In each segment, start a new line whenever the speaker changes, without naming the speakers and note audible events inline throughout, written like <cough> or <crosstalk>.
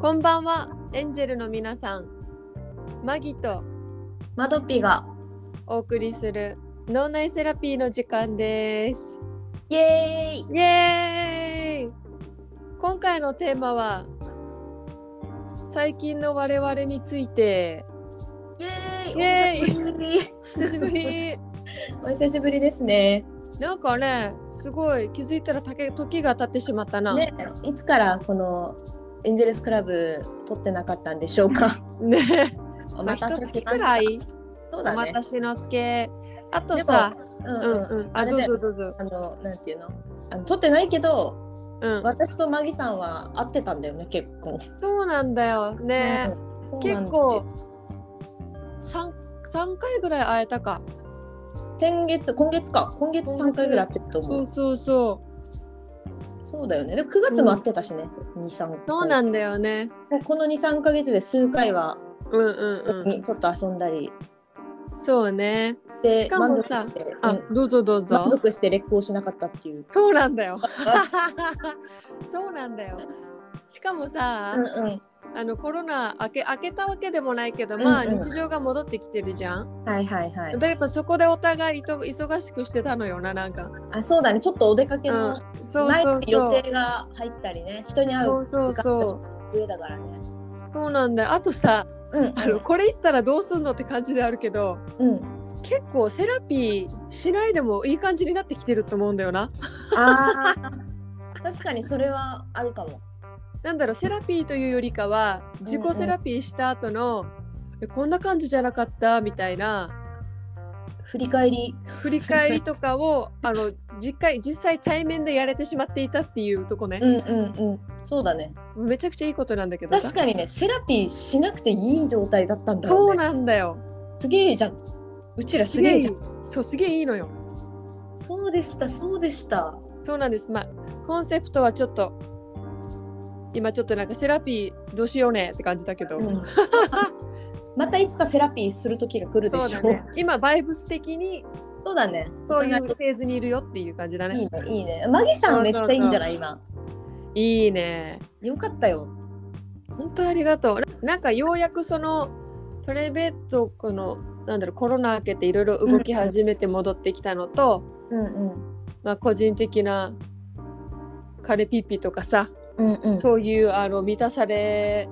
こんばんは、エンジェルの皆さん。マギと
マドピが
お送りする脳内セラピーの時間です。
イエーイ
イエーイ今回のテーマは、最近の我々について、
イエ
イエーイ
ーイ
久しぶり
お久しぶりですね。
なんかね、すごい気づいたらたけ時が経ってしまったな。
ね、いつからこのエンジェルスクラブ撮ってなかったんでしょうか。
<laughs> ね
お
まあ、
待
一
たせし
月
ま
く
し
ら
た。
い、
そう
お
だ
待
ね。
たせのすけ。あとさ、
うん
うん
うん。
うん、あ、
あれ
どう
だよ
ぞどうぞ。
あのなんていうの。あの撮ってないけど、
うん、
私とマギさんは会ってたんだよね結構。
そうなんだよね。
うんそうなん
結
だ
構三三回ぐらい会えたか。
先月今月か今月三回ぐらい会ってると
そ
思
う
う。
そうそう。
そうだよね。で九月も会ってたしね。二三。
そうなんだよね。
この二三ヶ月で数回は
うんうんうん。
ちょっと遊んだり
そうね。
で
しかもさ
満足して
あ
うん、
どうぞどう
満
ぞ。
足して劣行しなかったっていう。
そうなん
<laughs>
だよ。そうなんだよ。しかもさ、
うん
あのコロナ明け明けたわけでもないけど、まあ
うんうん
日常が戻ってきてるじゃん。
はいはいはい
だ。からやっぱそこでお互いいと忙しくしてたのよななんか。
あそうだねちょっとお出かけ
う
の
ん、そう
前
そ
の
う
予
そう。
定が入ったりね人に会
そううそうそう。
上だからね。
そうなんだよあとさ
うん
あのこれ言ったらどうすんのって感じであるけど
うん。
結構セラピーしないでもいい感じになってきてると思うんだよな。
ああ
<laughs>
確かにそれはあるかも。
なんだろうセラピーというよりかは自己セラピーした後の、えこんな感じじゃなかったみたいな
振り返り
振り返りとか
<laughs>
をあの実際実際対面でやれてしまっていたっていうとこね、
んうんうんそうだね
めちゃくちゃいいことなんだけどさ
確かにねセラピーしなくていい状態だったんだろ
そうう
ね
なんだよ
すげえじゃんうちらすげえじゃん
すげえいいそうすげえいいのよ
そうでしたそうでした
そうなんです。まあ、コンセプトはちょっと、今ちょっとなんかセラピーどうしようねって感じだけど、
うん
<laughs>
またいつかセラピーする時が来るで
そう
しょ
だね。今、バイブス的に
そうだね。
そういう
お
フ
互
ェーズにいるよっていう感じだ
いい
ね
ね。、いいね。マギさんめっちゃいいんじゃない今。
いいね。
よかったよ。
本当にありがとう。ななんかようやくそのプライベートこのなんだろうコロナ明けていろいろ動き始めて戻ってきたのと、
うんうん。
まあ、個人的なカレピッピとかさ、
うんうん。
そういうあの満たされ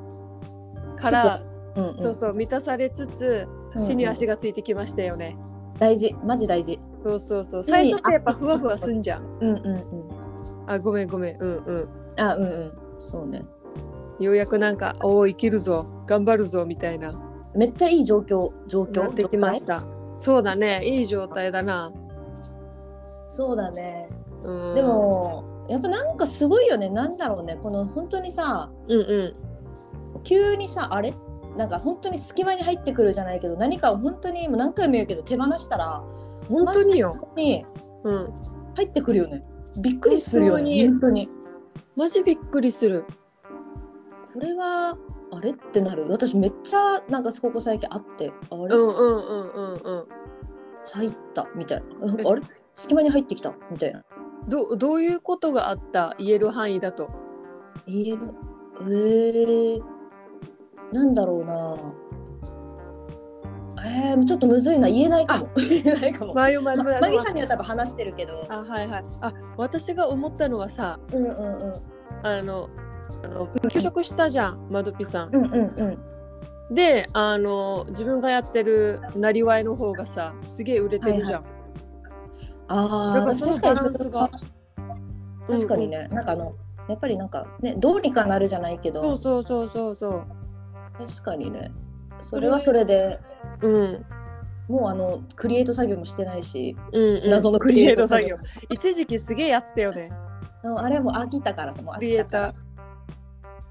から
つうんうん、
そうそう満たされつつ地に足がついてきましたよね。
大事。マジ大事。
そうそうそう。
地に
最初ってやっぱふわふわすんじゃん。
うんうん
あ、ごめんごめん。うんう
うん。あうんうん。そうね。
ん。ようやくなんか、おお、生きるぞ、頑張るぞみたいな。
めっちゃいい状況状
なっ
況
てきまし。た。そうだね。いい状態だな。
状態そうだね。
うん。
で、も。やっぱなんかすごいよねなんだろうねこの本当にさ
うんう
急にさあれなんか本当に隙間に入ってくるじゃないけど何かを本当にもう何回も言うけど手放したら
ん。本当によ。
本当に
うん。
入ってくるよねびっくりするよね
本
本当に
マジびっくりする。
これはあれってなる私めっちゃなんかここ最近あってあ
う
れ、
んうんうんうんうん。
入ったみたいななんかあれ隙間に入ってきたみたいな
どどういうことがあった言える範囲だと。
言えるえー、なんだろうなえー、ちょっとむずいな言えないかも言えないかも、
まあ、よま
ま
あまあ
マギさんには多分話してるけど
あ、はいはい。あ、私が思ったのはさ、
うんうんうん
あの、あの休職したじゃん、マドピさん。
うんうんうん
であの自分がやってるなりわいの方がさすげえ売れてるじゃん、
あ
なん
あ
かその
確かにそ
バランス
れ
が
は確かにね、なんかあのやっぱりなんかねどうにかなるじゃないけ
そ
ど
うそうそうそうそ
確かにねそれはそれで
う、うん、
もうあのクリエイト作業もしてないし、
うんうん
謎のクリエイト作業。
一時期すげえやってたよね
うんあれはもう飽きたからさ、もう飽
クリエ
き
イ
たか
ター
ら。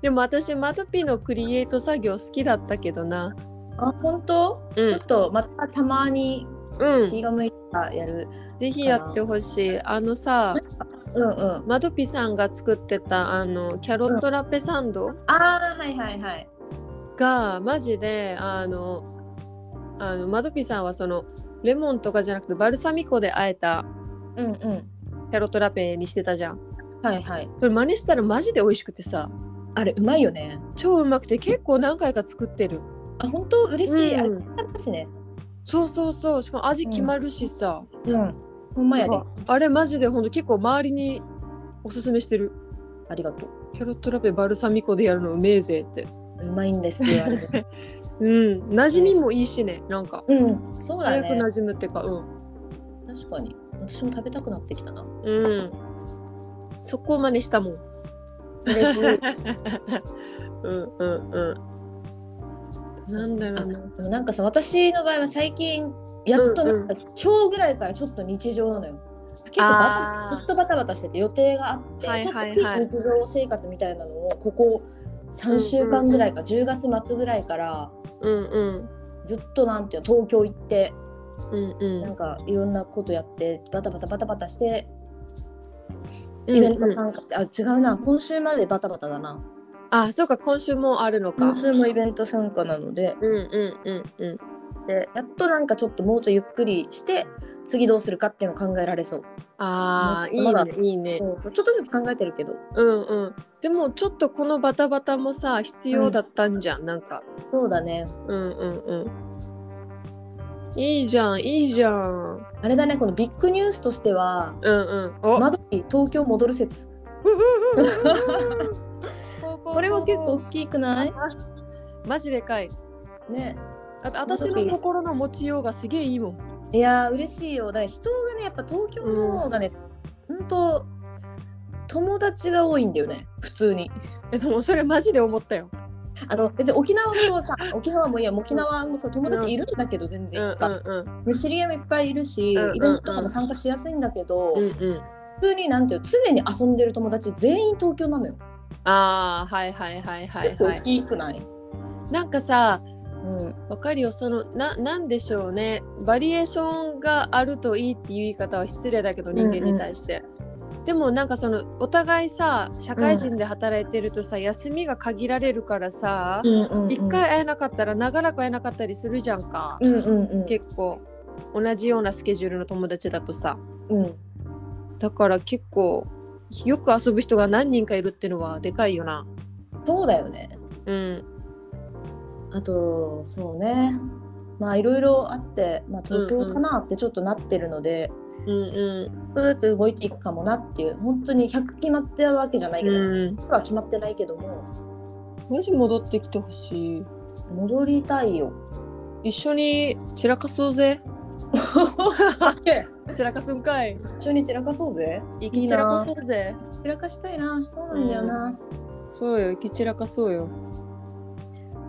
でも私マトピのクリエイト作業好きだったけどな
あ、本当、
うん
ちょっとまたたまに
うん
気が向いたらやる。
ぜひやってほしいあのさ
うんうん。
マトピさんが作ってたあのキャロットラペサンド
ああ、はいはいはい。
がマジであのあのマトピさんはそのレモンとかじゃなくてバルサミコで和えた
うんうん。
キャロットラペにしてたじゃん。
はいはい。
それ真似したらマジで美味しくてさ。
あれうまいよね
超うまくて結構何回か作ってる、
あ本当嬉しい、あれ
うん
だしね
そうそうそうしかも味決まるしさ、
うんほんまやで
なんかあれマジでほんと結構周りにおすすめしてる
ありがと
キャロットラペバルサミコでやるのうめえぜって
ううまいんですよあれ
うん馴染みもいいしねなんか
<laughs> うんそうだ
早く
ね
馴染むっていうかうん
確かに私も食べたくなってきたな
うんそこまでしたもん <laughs>
嬉しい
うんうんうんなんだろうな
でもなんかさ私の場合は最近やっとなんか、今日ぐらいからちょっと日常なのよ結構バ
あ
タ
ー
ずっとバタバタしてて予定があって、
はいはいはい
ちょっと非日常生活みたいなのをここ3週間ぐらいか、10月末ぐらいから
うんうん
ずっとなんていうの東京行って
うん
なん
う
かいろんなことやってバタバタバタバタして
ん
イベント
うんうん
参加、あ違うな今週までバタバタだな
あそうか今週もあるのか
今週もイベント参加なので
うんうんうんうん
でやっとなんかちょっともうちょいゆっくりして次どうするかっていうの考えられそう
あーい
まだ
いねいいね
そうそうちょっとずつ考えてるけど
うんうんでもちょっとこのバタバタもさ必要だったんじゃん、なんか
そうだね
うんうんうんいいじゃんいいじゃん
あれだねこのビッグニュースとしては
うんうんお、
窓に東京戻る説これは結構大きくない
マジでかい
ね
あと私の心の持ちようがすげえいいもん
いやー嬉しいよだから人がねやっぱ東京の方がね、ほんと友達が多いんだよね普通に
えでもそれマジで思ったよ
あの別に沖縄も
<laughs>
さ沖縄もいいや沖縄もさ友達いるんだけど全然いっぱい、
ん
で知り合いもいっぱいいるし、
うんうんうん
イベントとかも参加しやすいんだけど、
うんうん
普通になんていうの常に遊んでる友達全員東京なのよ、
あーはいはいはいはいは
結
い
構大きくない、
なんかさ
うん、
わかるよそのななんでしょうねバリエーションがあるといいっていう言い方は失礼だけど人間に対して、でもなんかそのお互いさ社会人で働いてるとさ、休みが限られるからさ
うんうんうん
一、回会えなかったら長らく会えなかったりするじゃんか、
うんうんうん
結構同じようなスケジュールの友達だとさ
うん、
だから結構よく遊ぶ人が何人かいるってのはでかいよな
そうだよね
うん
あとそうねまあいろいろあって、まあ、東京かなってちょっとなってるので、
うんう
ちょっとずつ動いていくかもなっていう本当に100決まってるわけじゃない
ん
けど、
うん
100は決まってないけども
マジ戻ってきてほしい
戻りたい <laughs> よ。
一緒に散らかそうぜ
一
散らかすんかい。
緒に散らかそうぜ。
行
き散らかそう
ぜ。
散らかしたいな。そうなんだよな。
そうよ、行き散らかそうよ。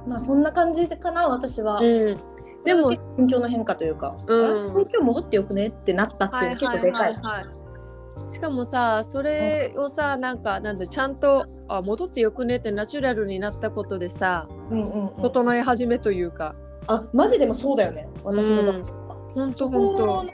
まあそんな感じかな私は。
うん。でも、
心境の変化というか、
うん
あれ東京戻ってよくねってなったっていうの結構でかい。
い。しかもさ、それをさ、なんか、なんだ、ちゃんと、あ、戻ってよくねってナチュラルになったことでさ。
うんうんうん
整え始めというか。
あマジでもそうだよね。私の場合
うん本当
そこの
本
考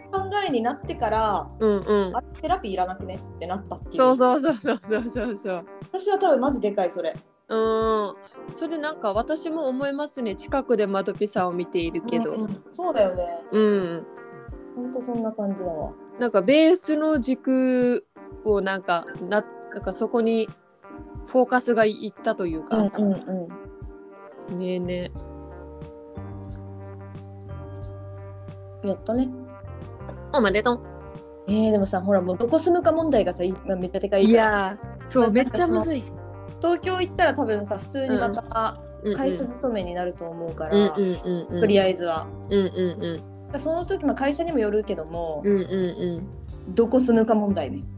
えになってから、
当。うんうん
あ。れセラピーいらなくねってなったっていう。
そうそうそうそうそうそうそう。
私は多分マジでかいそれ。
うん。それなんか私も思いますね。近くでマドピさんを見ているけど。
うんうんそうだよね。
うん。
本当そんな感じだわ。
なんかベースの軸をなんかななんかそこにフォーカスがいったというかさ、
うんうんうん
ねえね
やったね。
えおめでと
えー、でもさほらもうどこ住むか問題がさ今めっちゃでか
う
い
い
からさ
やーそうめっちゃむずい
東京行ったら多分さ普通にまた会社
うん
勤めになると思うから、
うんうんうんうん
とりあえずは。
うんうんうん
その時、まあ、会社にもよるけども、
うんうん
どこ住むか問題ね。
うん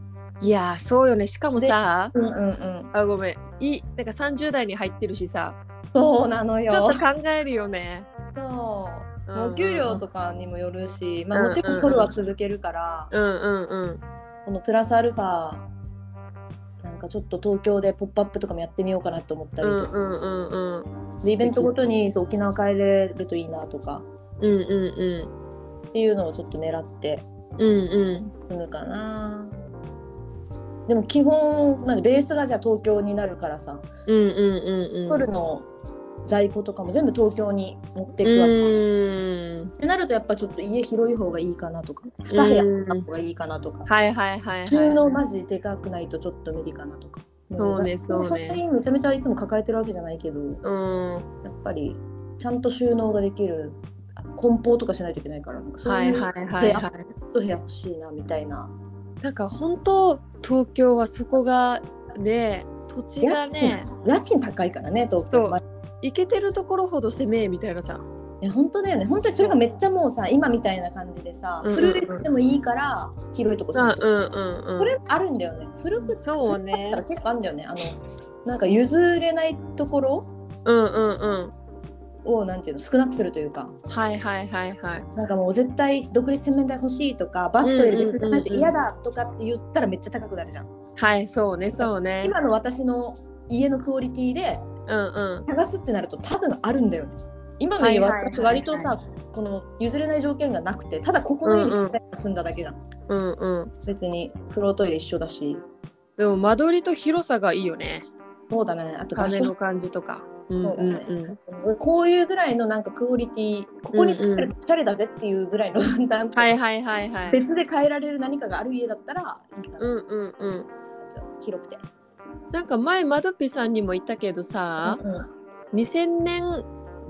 いやーそうよねしかもさ
うんうんうん。
あごめんいなんか30代に入ってるしさ
そうなの
ちょ
よ
っと。考えるよね、
そう。
う
もうお給料とかにもよるし、まあ、もちろん
うんうん
ソロは続けるから、
うんうんうん
このプラスアルファなんかちょっと東京で「ポップアップとかもやってみようかなと思った
う
り
ん
とか、
うんうんうん
でイベントごとにそう沖縄帰れるといいなとか
うんうん
っていうのをちょっと狙って
うんうんうん
住むかな。でも基本なんでベースがじゃあ東京になるからさ、
うんうんうん
フ
うん
ルの在庫とかも全部東京に持って
う
いくわけ、っ
ーん
てなるとやっぱちょっと家広い方がいいかなとか2部屋あった方がいいかなとか、
はいはいはいはい。
収納マジでかくないとちょっと無理かなとか
そうね
雑
そうね
そんなにめちゃめちゃいつも抱えてるわけじゃないけどや
うん
っぱりちゃんと収納ができるあ梱包とかしないといけないからなんかそう
はいいう
部
は
屋
いはいは
部屋欲しいなみたいない
なんか本当東京はそこがね土地がね
家賃高いからね東
そ
京
う
は
行けてるところほど攻めえみたいなさ
いや本当だよね本当にそれがめっちゃもうさ今みたいな感じでさ
うんうんうん
古くてもいいから広いとこ住
うん
む
うんうんうん
それあるんだよね古く
そうね
だから結構あるんだよねあのなんか譲れないところ
うんうんうん
をなんていうの少なくするというか
はいはいはいはい
なんかもう絶対独立洗面台欲しいとかバストより別じゃないと嫌だとかって言ったらめっちゃ高くなるじゃん,、
はいそうねそうね
今の私の家のクオリティで
うんうん
探すってなると多分あるんだよね今の家は
はいはいはいはい
私割とさこの譲れない条件がなくてただここの家に
うんうん
住んだだけじゃん、
うんうん
別に風呂トイレ一緒だし
でも間取りと広さがいいよね
そうだねあと場
金の
所
感じとかうん
そううだ
ん
ね
うん
こういうぐらいのなんかクオリティここに住んでるおしゃれだぜっていうぐらいの、 <laughs> なんか
はいはいはいはい
別で変えられる何かがある家だったらいいかな、
うんうんうん
広くて。
なんか前まどぴさんにも言ったけどさ
うんうん
2000年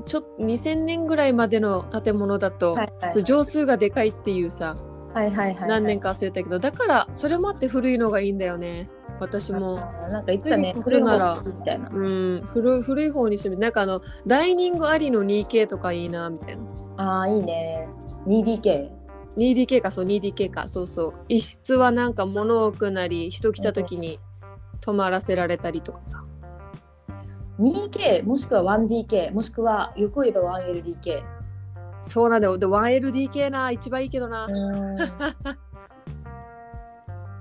ちょ2000年ぐらいまでの建物だと、
はいはいはい
上数がでかいっていうさ、
はいはいはいはい、
何年か忘れたけどだからそれもあって古いのがいいんだよね私も
あーなんか言ってた
次
ね
こ
こ
そ
れ
な
な
ら
らみたいな
うん古い古い方に住みなんかあのダイニングありの 2K とかいいなみたいな
あーいいね 2DK
2DK かそう 2DK かそうそう一室はなんか物置くなり人来た時に泊まらせられたりとかさ
2K もしくは 1DK もしくはよく言えば 1LDK
そうなんだよで 1LDK な一番いいけどな、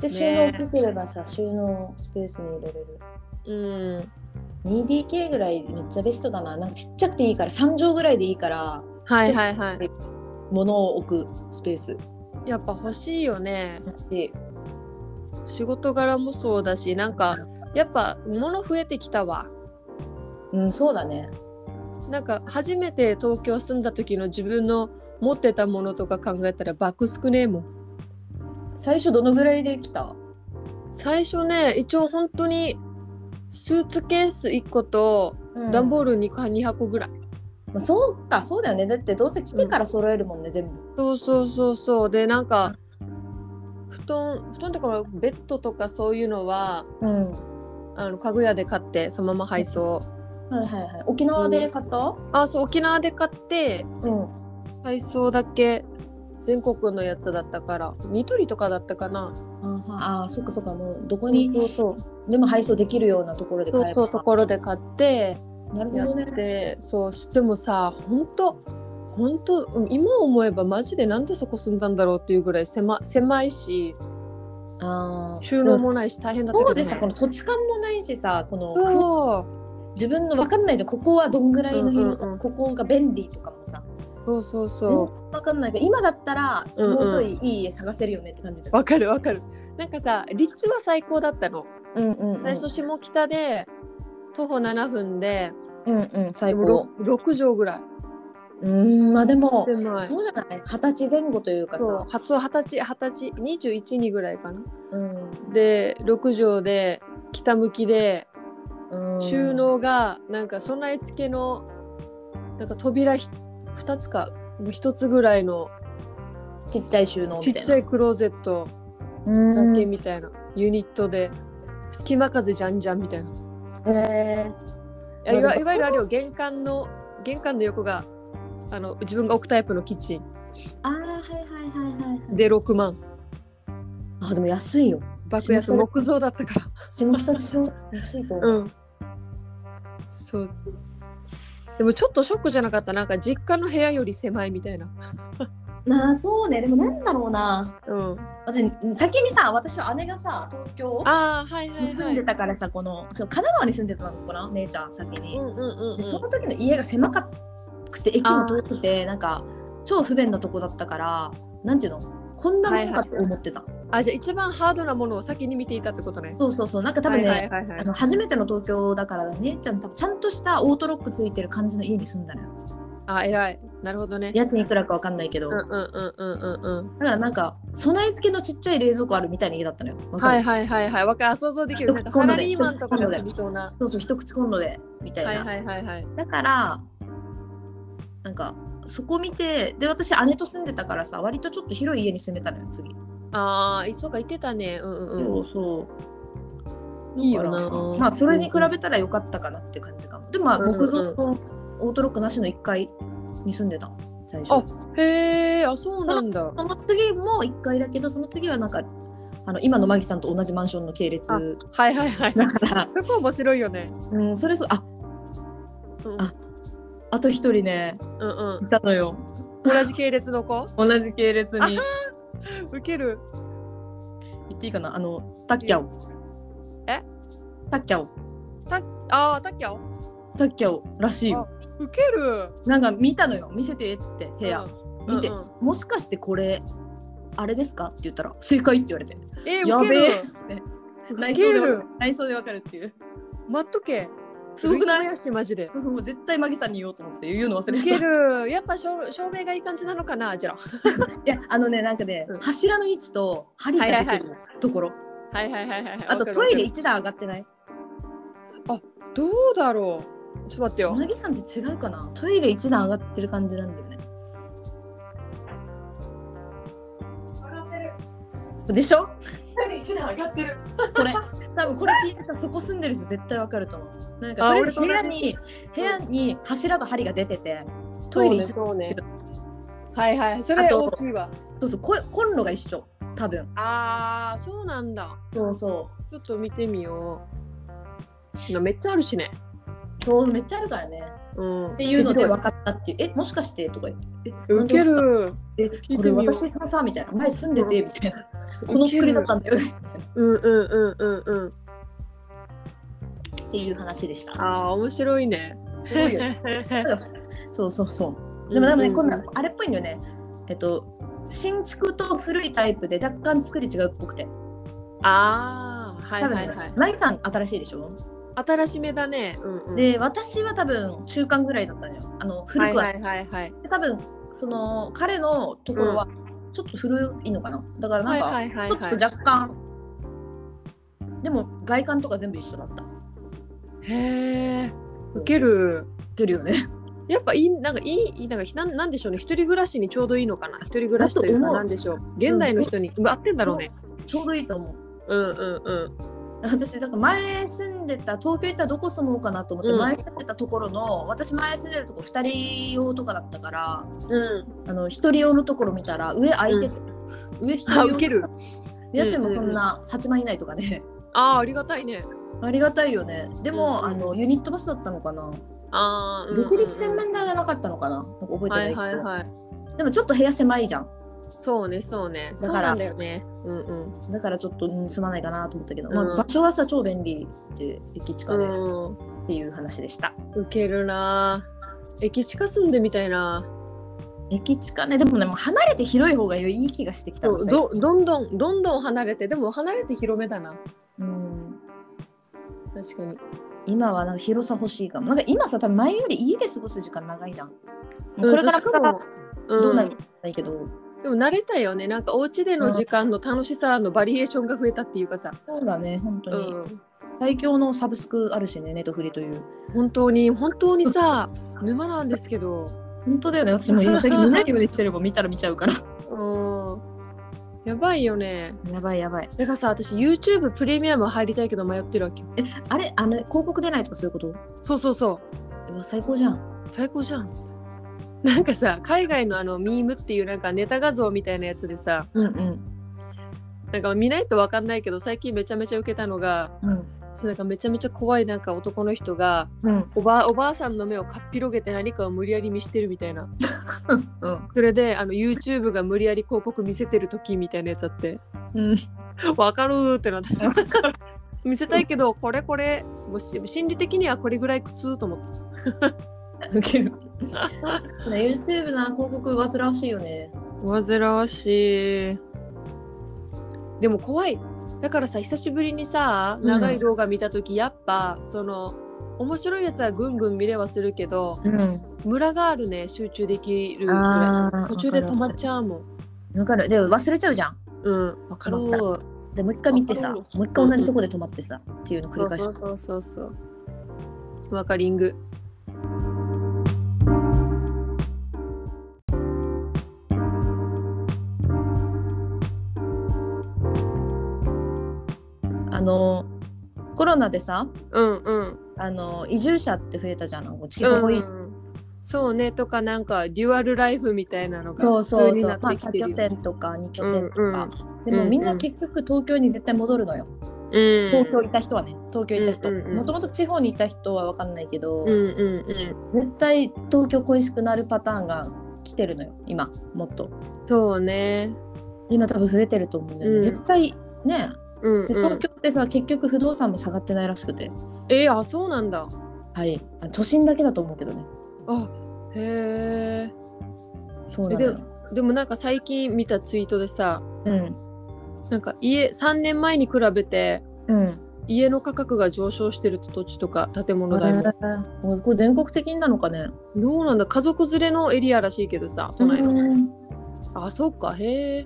で収納できればさ収納スペースに入れれる
うん、
2DK ぐらいめっちゃベストだななんかちっちゃくていいから3畳ぐらいでいいから
はいはいはい
物を置くスペース
やっぱ欲しいよね仕事柄もそうだしなんかやっぱ物増えてきたわ
うんそうだね
なんか初めて東京住んだ時の自分の持ってたものとか考えたらバック少ねえもん
最初どのぐらいで来た
最初ね一応本当にスーツケース1個と段ボール 2, か2箱ぐらい、
まあ、そうかそうだよねだってどうせ来てから揃えるもんね、全部
そうそうそうそうでなんか布団布団とかベッドとかそういうのは
うん
あの家具屋で買ってそのまま配送
はいはいはい。沖縄で買った？
あそう沖縄で買って
うん。
配送だけ全国のやつだったからニトリとかだったかな
ああ、そっかそっか。もうどこに
そうそう
でも配送できるようなところで買え
そ
ば。
うそうところで買って
なる
や
ほどね。
ってそうしでもさ本当本当うん今思えばマジでなんでそこ住んだんだろうっていうぐらい狭狭いし
ああ。
収納もないし大変だった
当
け
時
ど、
さ
ね
こ、の土地勘もないしさこの
そう
自分のわかんないじゃんここはどんぐらいの広さ、
うんうんうん
ここが便利とかもさ
そうそう
全
そ
然わかんないけど今だったら
うんうん
もうちょいいい家探せるよねって感じだ
うわかるわかるなんかさ立地は最高だったの
うんうんうん
最初下北で徒歩7分で
うんうん最
で
高
も 6, 畳ぐらいう
ーんまあでも
狭い
そうじゃない二十歳前後というか
そう初
さ
二十歳二十歳212ぐらいかな
うん
で6畳で北向きで
うん
収納がなんか備え付けのなんか扉ひ2つか1つぐらいの
ちっちゃい収納
ち
みた
っ
いな
ちゃいクローゼットだけみたいなユニットで隙間風じゃんじゃんみたいな
うんへ
いやい
な
わ
るほど
いわゆるあれよ玄関の玄関の横があの自分が置くタイプのキッチン
ーあーはいはいはいはいはい
で6万
あでも安いよ
爆安木造だったから
下北でしょ安いと思う、
うん。そう。でもちょっとショックじゃなかった。なんか実家の部屋より狭いみたいな。
まあそうねでもなんだろうな
うん。
私先にさ私は姉がさ東京
ああ、はいはい
に
は
住
い。
んでたからさこのそう神奈川に住んでたのかな姉ちゃん先に、
うんうんうん
でその時の家が狭かくて駅も遠くてなんか超不便なとこだったからなんていうのこんなもんかって思ってた、
あ、じゃあ一番ハードなものを先に見ていたってことね。
そうそうそうなんか多分ね、
はいはいはい
あ
はい。
の初めての東京だから姉ちゃん多分ちゃんとしたオートロックついてる感じの家に住んだのよ
あ、偉い。なるほどね。
家賃いくらかわかんないけど、
うんうんうんうんうんうん。
だからなんか備え付けのちっちゃい冷蔵庫あるみたいな家だったのよ。わか
は
る
いはいはいはい。わかる。想像できる。なんか
コ
サ
ンロ
ラ
で
リーマンとかが住みそうな。
そうそう一口コンロでみたいな。
はいはいはいはい。
だからなんかそこ見てで私姉と住んでたからさ割とちょっと広い家に住めたのよ次。
ああ、そうか、言ってたね。うんうんうん。
うそう。
いいよな。
まあそれに比べたら良かったかなって感じかも。でもまあ
うんうん
木造とオートロックなしの1階に住んでた最初。
あへえ、あ、そうなんだ。
その次も1階だけどその次はなんかあの今のマギさんと同じマンションの系列
あはいはいはい。
だから、
そこ面白いよね。
うん、それそうあ
うん
ああと1人ね
うんうん。
いたのよ
同じ系列の子。
同じ系列に
ウケる。
言っていいかなあのタッキャオ
え
タッキャオ
ああ、タキャオ。
タッキャオらしいよ
ウケる。
なんか見たのよ見せてっつって部屋、
うん。
見て、
うんうん
もしかしてこれあれですかって言ったら正解って言われて
えー、
や
ウケ
べえ
る
っ。つって
ウ
内装
ケ
でわか
る
る。内装でわかるっていう
待っとけ。
すごくない
いやし、マジで。
もう絶対マギさんに言おうと思って言うの忘れ
ウ
てた
ケる。やっぱ照照明がいい感じなのかな、じゃあ。
いやあのねなんかね、
うん
柱の位置と針が出てるところ、
はいはいはいはい。
あ
わ
と
かる
トイレ。一段上がってない
わかるどうだろう。ちょっと待ってよ。
なぎさんって違うかなトイレ一段上がってる感じなんだよねでしょ
一段上がってる。<laughs>
これ多分これ聞いてさそこ住んでる人絶対わかると思うなんか
あ
とりあえず
俺と同
部
じ
屋に部屋に柱と針が出ててトイレ一段
そうね。はいはい、そ
あ
れ
と
大きいわ。
そうそうこコンロが一緒多分
ああ、そうなんだ。
そうそ
ちょっと見てみよう。なめっちゃあるしね。
うそうめっちゃあるからね
うん。っ
っていうので分かったっていうえもしかしてとか言ってえ
ウケ
なん
る。
で分かったえ
聞い
こ
て
れ
みよう
私ささみたいな前住んでてみたいな
うん
この作りだったんだよね
うんうんうんうんうん。
っていう話でした
ああ、面白いね。
すごいよね <laughs> そうそうそうでもでもね、こんなあれっぽいんだよねえっと新築と古いタイプで若干作り違うっぽくて
ああ、はい
多分、
はいはい。
マイさん新しいでしょ、
新しめだね。うんうん。
で私は多分中間ぐらいだったのよあの古
はい
くは、
はいはいはい。
で多分その彼のところはちょっと古いのかなだからな
はい
んか、
はいはいは
ちょ
い
っ。と若干でも外観とか全部一緒だった
へえ。ウケる。
出るよね
やっぱいいなんかいいなんかなんなんでしょうね一人暮らしにちょうどいいのかな一人暮らしという
だと
か
思う
なんでしょう現代の人に、合ってんだろうね
<laughs> ちょうどいいと思う
うんうんうん
私なんか前住んでた東京行ったらどこ住もうかなと思って、
うん
前住んでたところの私前住んでたとこ2人用とかだったから
うん
あの1人用のところ見たら上空いてて、上1
あ
人用
ウケる
家賃もそんな8万以内とかで、
あーありがたいね
ありがたいよねでも、
うん
あのユニットバスだったのかな、
ああ
独立洗面台がなかったのかななんか覚えて
は
ないいけど、
はいはい
でもちょっと部屋狭いじゃん
そうねそうね
だ
そう
から
なんだよねうんうん
だからちょっと、うん住まないかなと思ったけど、
う
ま
ん
あ、場所はさ超便利って駅近で、っ
うん
ていう話でした
ウケるなー駅近住んでみたいな
駅近ねでもねもう離れて広い方がいい気がしてきたんですよ、
どどんどんどんどん離れてでも離れて広めだな
うん、
確かに
今はなんか広さ欲しいかもなんか今さ多分前より家で過ごす時間長いじゃん、こ
うん
れから
しかも
どうなる
ん
かわかんないけど、
でも慣れたよねなんかお家での時間の楽しさのバリエーションが増えたっていうかさ、
そうだね本当
う
に、
ん、
最強のサブスクあるしねネットフリという
本当に本当にさ <laughs> 沼なんですけど
本当だよね私も今最近見ないようにしてれば見たら見ちゃうから
うんやばいよね
<laughs> やばいやばい
だからさ私 YouTube プレミアム入りたいけど迷ってるわけよ
あれあの広告出ないとかそういうこと
そうそうそう
うわ最高じゃん
最高じゃんつってなんかさ海外のあのミームっていうなんかネタ画像みたいなやつでさ
うんうん
なんか見ないとわかんないけど最近めちゃめちゃ受けたのが
うん
そうなんかめちゃめちゃ怖いなんか男の人が
うん
おばあおばあさんの目をかっ広げて何かを無理やり見してるみたいな
うん
それであの YouTube が無理やり広告見せてる時みたいなやつあって
<laughs> うん
わかるーってなって見せたいけどこれこれもうし心理的にはこれぐらい苦痛と思って
ウケる YouTube な広告煩わしいよね
煩わしいでも怖いだからさ久しぶりにさ
うん
長い動画見た時、やっぱその面白いやつはぐんぐん見れはするけど
うん
ムラがあるね集中できるぐ
あ
ら
ー
い途中で止まっ
わか
ちゃうもん
わかるでも忘れちゃうじゃん
うんわかる
わかるでもう一回見てさ
わ
も
か
う
る
一回同じとこで止まってさ、っていうの繰
そ
り
う
返し
そうそうそうそうわかリング
あのコロナでさ
うんうん
あの移住者って増えたじゃんなんか地
う
方移、
んそうねとかなんかデュアルライフみたいなの
そ
が
う
普
そ
通
う
に
そ
な
う
っ
まあ
てき
多
てる
拠
よね
点とか二拠点とか、
うんうん
でもみん
うんう
なん結局東京に絶対戻るのよ、
うん
東京いた人はね東京いた人
うんうんうん
もともと地方にいた人は分かんないけど、
うんうんうん
絶対東京恋しくなるパターンが来てるのよ今もっと
そうね
今多分増えてると思うんだよね、
うん
絶対ね
うん
で
う
東
ん
京ってさ、結局不動産も下がってないらしくて
えーあそうなんだ
はいあ都心だけだと思うけどね
あへえ
そうなのよ
えでもなんか最近見たツイートでさ
うん
なんか家3年前に比べて
うん
家の価格が上昇してるって土地とか建物代も
あーもうこれ全国的になのかね
どうなんだ家族連れのエリアらしいけどさ都内の、
うん
あそっかへえ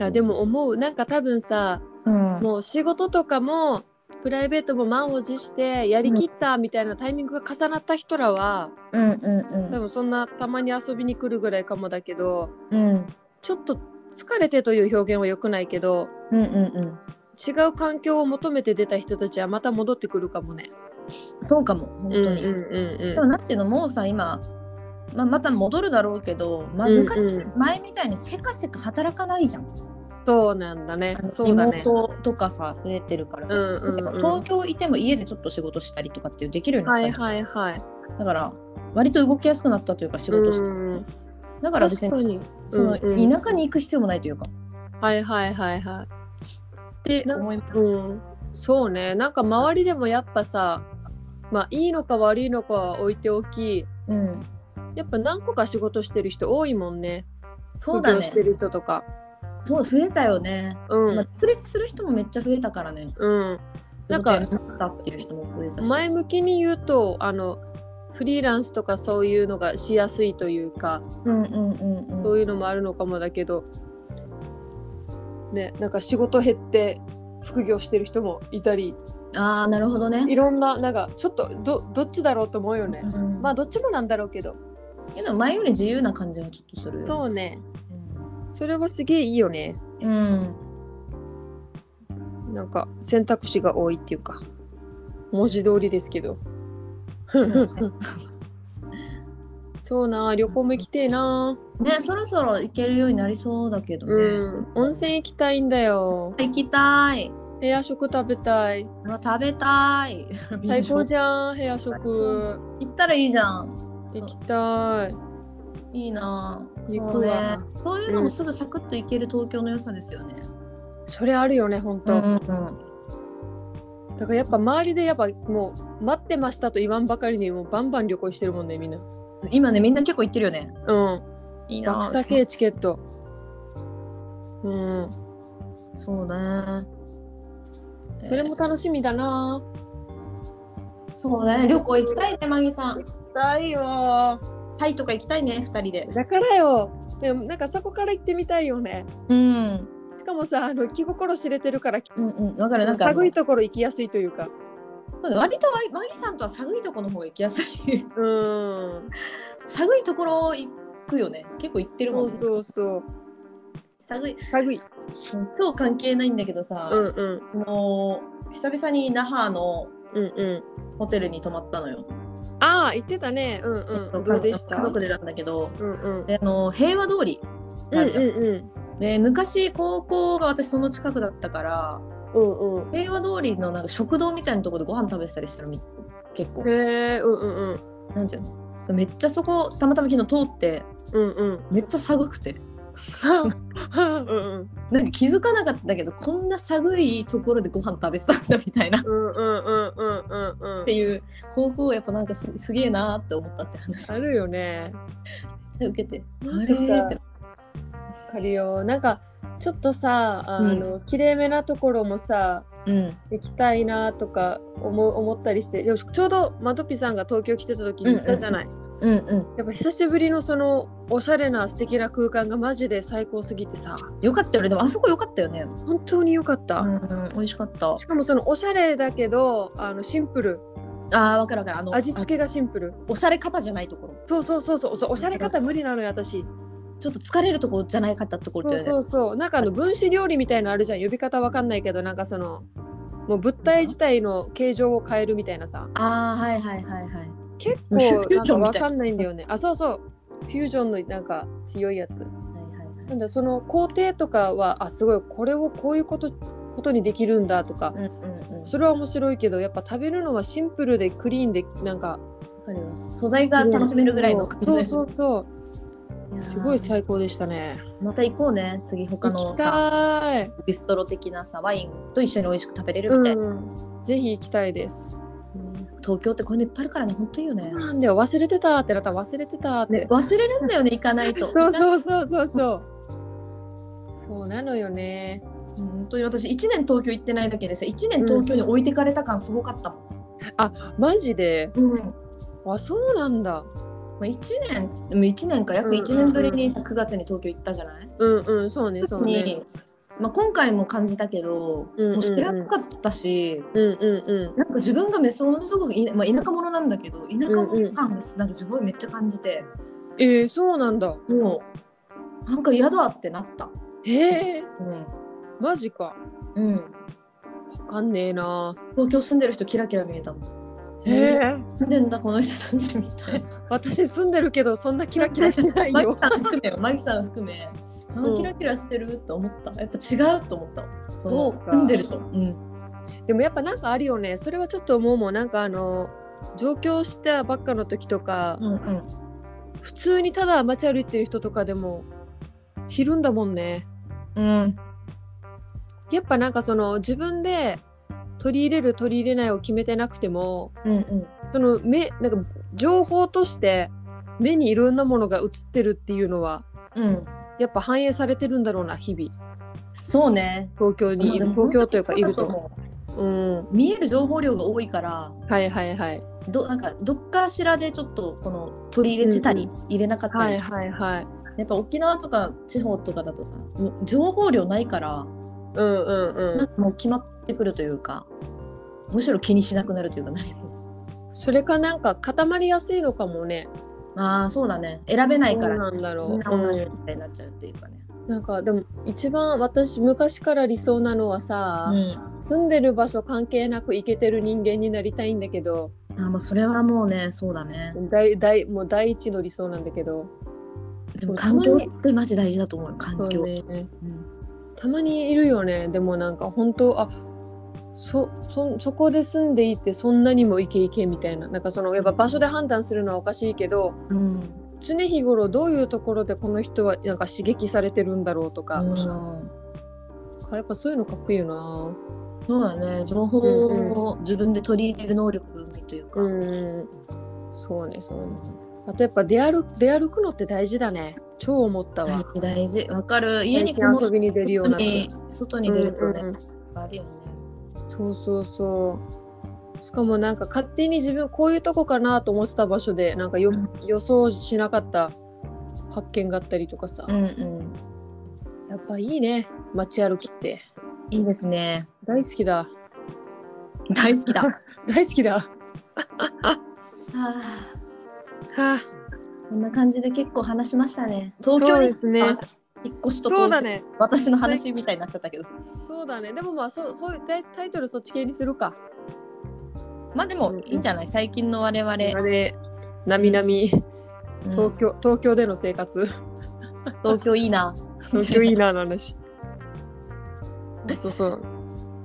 あでも思うなんか多分さ
うん
もう仕事とかもプライベートも満を持してやりきったみたいなタイミングが重なった人らは
うんうん
多分そんなたまに遊びに来るぐらいかもだけど
うんうん
ちょっと疲れてという表現は良くないけど
うんうんうん
違う環境を求めて出た人たちはまた戻ってくるかもね。
そうかも本当に、
うんうんうん
でもなんていうのもうさ今、まあ、また戻るだろうけど、まあ、
うんうん
昔、前みたいにせかせか働かないじゃん
そうなんだね
あ。の
そうだね
リ。モートとかさ増えてるからさ、
うんうんうん
東京いても家でちょっと仕事したりとかってできるようになっ
は
た
い
じゃん、
はいはい。
だから割と動きやすくなったというか仕事して、
うん
だから別
確
に
かに。
その
うんうん
田舎に行く必要もないというか、
はいはいはいは
って思いま
い。
す、
うん。そうね。なんか周りでもやっぱさ、まあいいのか悪いのかは置いておき、
うん
やっぱ何個か仕事してる人多いもんね。
そう
副
だ
業
ね
してる人とか。
そう増えたよね、
う
まあ
ん。
独立する人もめっちゃ増えたからね
うん。なんか
仕事辞めましたっていう人も増えたし
前向きに言うと、あの、フリーランスとかそういうのがしやすいというか、
うんうんうん
そうういうのもあるのかもだけど、ね、なんか仕事減って副業してる人もいたり、
んああなるほどね
いろんな、なんかちょっとどどっちだろうと思うよね。
うん
まあどっちもなんだろうけど。
けど前より自由な感じはちょっとするよね
そうね。それはすげえいいよね。
うん、
なんか選択肢が多いっていうか、文字通りですけど。そうな、旅行も行きてえな。
ねそろそろ行けるようになりそうだけどね、
うん。温泉行きたいんだよ。
行きたい
部屋食食べたい。
うわ食べたい
最
<laughs>
高じゃん、部屋食。
行ったらいいじゃん
行きたい。
いいなあ
行
そ
く
う
わ
ねそういうのもすぐサクッと行ける東京の良さですよね、
それあるよね、ほんと。だからやっぱ周りでやっぱもう待ってましたと言わんばかりにもうバンバン旅行してるもんねみんな。
今ねみんな結構行ってるよね
うん。
いい
バ
な
クタケチケット。うん。
そうね
それも楽しみだな。
そうね旅行行きたいねマギさん
だいよ。
タイとか行きたいね二人で
だからよ。でもなんかそこから行ってみたいよね。
うん
しかもさあの気心知れてるから。
うんうんわかる
そ
な
の
んかあの
寒いところ行きやすいというか。
そうね割とマギマギさんとは寒いところの方が行きやすい
うん。
寒いところ行くよね結構行ってる
そ
もん
う
ね
そうそう。
寒い
寒い。
今日関係ないんだけどさ、
うんうん
あのー久々に那覇の
うんうん。
ホテルに泊まったのよ。
ああ言ってたね。うんうん。
そう
どうでした？
家族
う
でなんだけど、
んうん。
であのー平和通りって
うん
あ
うん
るじゃん。
うん。
で昔高校が私その近くだったから
うんうん。
平和通りのなんか食堂みたいなところでご飯食べてたりしたのみ結構
へえ、うんうんうん。
なんていうのそうめっちゃそこたまたま昨日通って
うんうん。
めっちゃ寒くて
うん
なんか気づかなかったんだけどこんな寒いところでご飯食べてたんだみたいなっ
うんうんうんうんうんうん
て。いう高校やっぱなんかすすげえなーって思ったって話
あるよね。
受けて。
なんかさ
あれーって
わかるよ。なんかちょっとさあの、綺麗めなところもさ
うん
行きたいなとか思う思ったりしてでもちょうどマドピさんが東京来てた時に行ったじゃない、
うんうん
やっぱ久しぶりのそのおしゃれな素敵な空間がマジで最高すぎてさ
よかったよねでもあそこよかったよね
本当に良かった、
うん美味しかった
しかもそのおしゃれだけどあのシンプル
あーわかるわかるあの
味付けがシンプル
おされ方じゃないところ
そうそうそうそうそうおしゃれ方無理なのよ私
ちょっと疲れるところじゃないかったところ
そうそうそうなんかあの分子料理みたいなのあるじゃん呼び方わかんないけどなんかそのもう物体自体の形状を変えるみたいなさ
ああはいはいはいはい
結
フュ
構なん
ージ
か
ョンみ
わ
たいな
かんないんだよねあそうそうフュージョンのなんか強いやつなんだその工程とかはあすごいこれをこういうことことにできるんだとか、
うんうんうん
それは面白いけどやっぱ食べるのはシンプルでクリーンでなんか
素材が楽しめるぐらいの感じ
そう
です
そうそう
いやー
すごい最高でしたね
また行こうね次他
行き
のさ
たい、
ビストロ的なさワインと一緒に美味しく食べれるみたいな、
うん、ぜひ行きたいです
東京ってこういうのいっぱいあるからね本当いいよね
そうなんだよ忘れてたってなったら忘れてたって、
ね忘れるんだよね行かないと
そう
う
そうそうそうそうそうなのよね
本当に私1年東京行ってないだけでさ1年東京に置いてかれた感すごかったもん、
マジで
うん
あそうなんだ
1年つでも1年か約1年ぶりにさ9月に東京行ったじゃない、
うんうんそうねそうね
にまあ、今回も感じたけど、
うんうんうん
もう知らなかったし
うんうん
なんか自分がめそものすごくい、まあ、田舎者なんだけど田舎者感がなんか自分めっちゃ感じて、
うんえー、そうなんだ
もうなんか嫌だってなった
えー、
うん、
マジか
うん、
わかんねえな
東京住んでる人キラキラ見えたもん
え
え住んでんだこの人たちみたいな
私住んでるけどそんなキラキラしてない
マギ
よ。
さん含めマギさん含め
<laughs>
あ
うん
キラキラしてるって思ったやっぱ違うと思ったその
そうか
住んでると、うん、
でもやっぱなんかあるよね。それはちょっと思うもん。なんかあの上京したばっかの時とか、
うんうん
普通にただ街歩いてる人とかでもひるんだもんね。
うん
やっぱなんかその自分で取り入れる取り入れないを決めてなくても、
うんうん
その目なんか情報として目にいろんなものが映ってるっていうのは
うん
やっぱ反映されてるんだろうな日々
そうね
東京にいる東京というかいる
本当に
と。
そうだ思
うん
う見える情報量が多いから
はいはいはい
どなんかどっかしらでちょっとこの取り入れてたり、入れなかった
は
り、
いはいはい。
やっぱ沖縄とか地方とかだとさもう情報量ないから
うんうんうん
なん。かもう決まってくるというかむしろ気にしなくなるというか何も
それかなんか固まりやすいのかもね。
ああそうだね選べないから
どうなんだろ
みんな
う。
同じ
う
みたいになっちゃうっていうかね、
んなんかでも一番私昔から理想なのはさ、
あ
住んでる場所関係なく行けてる人間になりたいんだけど、
ーまあそれはもうねそうだね
大大もう第一の理想なんだけど。
でも環境
たまに
ってマジ大事だと思うよ環
そう
境、
ね
うん
たまにいるよね。でもなんか本当あ。そそそこで住んでいてそんなにもイケイケみたいななんかそのやっぱ場所で判断するのはおかしいけど
うん
常日頃どういうところでこの人はなんか刺激されてるんだろうとか、
うん
やっぱそういうのかっこいいよな。
そうだね情報を自分で取り入れる能力がというか、
うん。そうね、そうね。あとやっぱ出歩出歩くのって大事だね。超思った
大
わ。
事大事わかる家に
最
こ
近
も
遊びに出るような。
外に出るとね、
うんうんうん
あるよね
そうそうそう。しかもなんか勝手に自分こういうとこかなと思ってた場所でなんかよ、
うん
予想しなかった発見があったりとかさ、
うんうん
やっぱいいね街歩きって
いいですね
大好きだ
大好きだは
大好きだは
あ
あ
こんな感じで結構話しましたね。
そ
東京
う
に
ですね
引っ越しと
そうだね
私の話みたいになっちゃったけど。
そうだねでもまあそうそういうタイタイトルそっち系にするか
まあでもいいんじゃない最近の我々、
あれなみなみ
うん
東京、東京での生
<laughs>
活
東京いいな。
東京いいなの話そうそう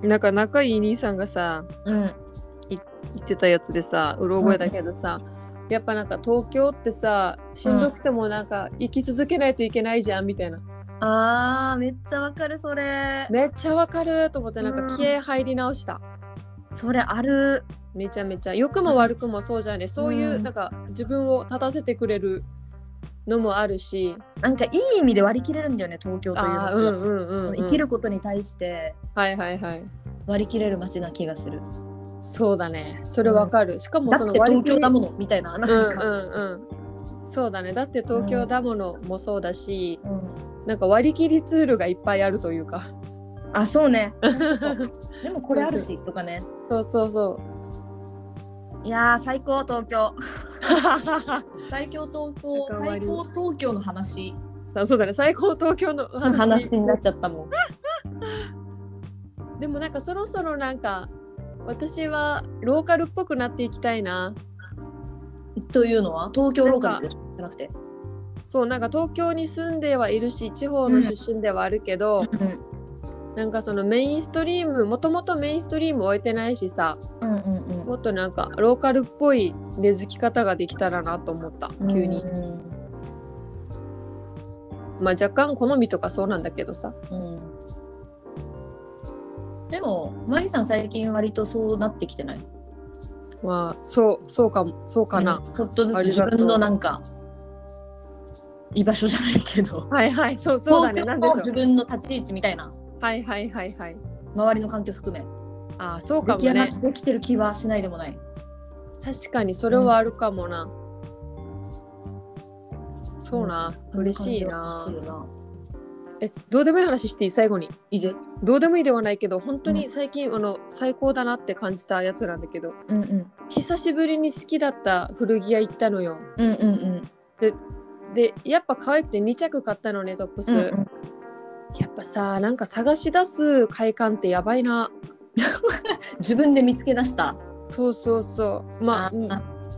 なんか仲いい兄さんがさ
うん。
言ってたやつでさうろ覚えだけどさ、やっぱなんか東京ってさしんどくてもなんか生き続けないといけないじゃんみたいな、
あーめっちゃわかるそれ。
めっちゃわかると思ってなん
う
か
ん
気合入り直した、
それある。
めちゃめちゃ良くも悪くもそうじゃんねそういう
うん
なんか自分を立たせてくれるのもあるし、
なんかいい意味で割り切れるんだよね東京というの
あ
は、
あうんうんうん、うん、
生きることに対して
はいはいはい
割り切れる街な気がする
そうだねそれわかる、しかも
だ
そ
っ
の
て
割り切れ
東京だものみたいななん
うん
か、
うんうんそうだねだって東京だものもそうだし、
うん
なんか割り切りツールがいっぱいあるという
<laughs>
か
あそうね <laughs> でもこれあるしとかね
そうそう <laughs> そう
いやー最高東京最強東京
なんか終わり
最高東京の話
あそうだね最高東京の話
話になっちゃったもん
でもなんかそろそろなんか私はローカルっぽくなっていきたいな
というのは東京ローカルじゃなくて
そうなんか東京に住んではいるし地方の出身ではあるけど、なんかそのメインストリームもともとメインストリーム置いてないしさ
うんうんうん
もっとなんかローカルっぽい根付き方ができたらなと思った急に、
うん
まあ若干好みとかそうなんだけどさ
うんでもマリさん最近割とそうなってきてない
まあそうそうかもそうかな、
うんちょっとず
あ
つ
り
自
がとう
分のなんか居場所じゃないけど
はいはいそうそうだねな
東
んでしょ
京の自
う
分の立ち位置みたいな
はいはいはいはい
周りの環境含め
ああそうか
出
も
来上がっ
ね
てきてる気はしないでもない
確かにそれはあるかもな、そうな、嬉しいな
そんな感じはしてるな
えどうでもいい話していい最後に
いいぜ
どうでもいいではないけど本当に最近、あの最高だなって感じたやつなんだけど
うんうん
久しぶりに好きだった古着屋行ったのよ
うんうんうん
でやっぱ可愛くて2着買ったのねトップス、
うん
やっぱさなんか探し出す快感ってやばいな
自分で見つけ出した
そうそうそうまあうん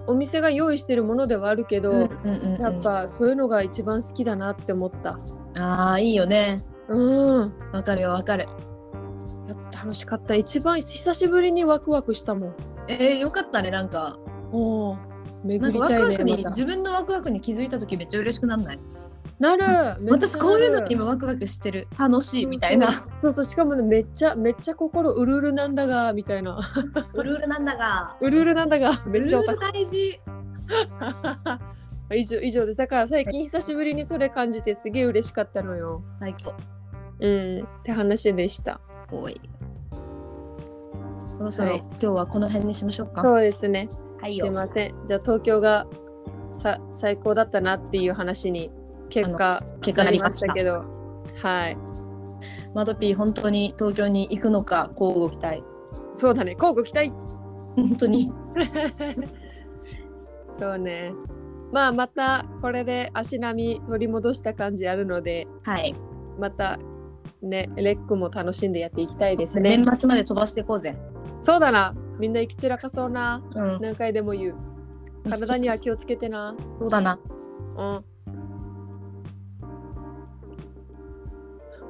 お店が用意してるものではあるけど、
うんうんうんうん
やっぱそういうのが一番好きだなって思った
あーいいよね
うん
わかるよわかる
やっぱ楽しかった一番久しぶりにワクワクしたもん
えー、よかったねなんか
お
な
巡
んか
り
ワク
たい
ワ
ね
クに、
また
自分のワクワクに気づいた時めっちゃ嬉しくなんない
なるめっちゃ
<laughs> 私こういうの
な
に
る
今ワクワクしてる楽しいみたいな
そうそうしかもねめっちゃめっちゃ心うるうるなんだがみたいな
うるうるなんだが
うるうるなんだがめっちゃオタク
大事
以上以上ですだから最近久しぶりにそれ感じてすげえ嬉しかったのよ
最高
うんって話でした
おいそろそろ、
はい
今日はこの辺にしましょうか
そうですね
はい
すいませんじゃあ東京がさ最高だったなっていう話に結果
結果
な
な
り
り
ま
ま
し
したた
け
けど
どはい
マドピー本当に東京に行くのか交互期待
そうだね交互期待
本当に
そうねまあまたこれで足並み取り戻した感じあるので
はい
またねレックも楽しんでやっていきたいですね
年末まで飛ばしていこうぜ
そうだなみんな行き散らかそうな
うん
何回でも言う体には気をつけてな
そうだな
うん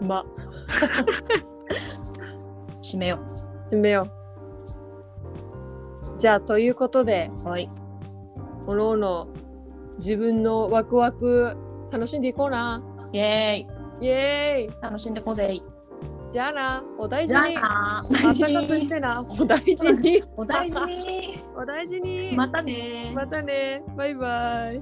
ま
締めよ
締めようじゃあということで
うはい
おのおの自分のワクワク楽しんでいこうな
イエー
イエーイ
イ楽しんでこうぜ
じゃあなお大
じ
事
ゃ
に
あな
あったかくしてなお大
<laughs>
事に
お大事に <laughs>
お大事に
またね
またねバイバイ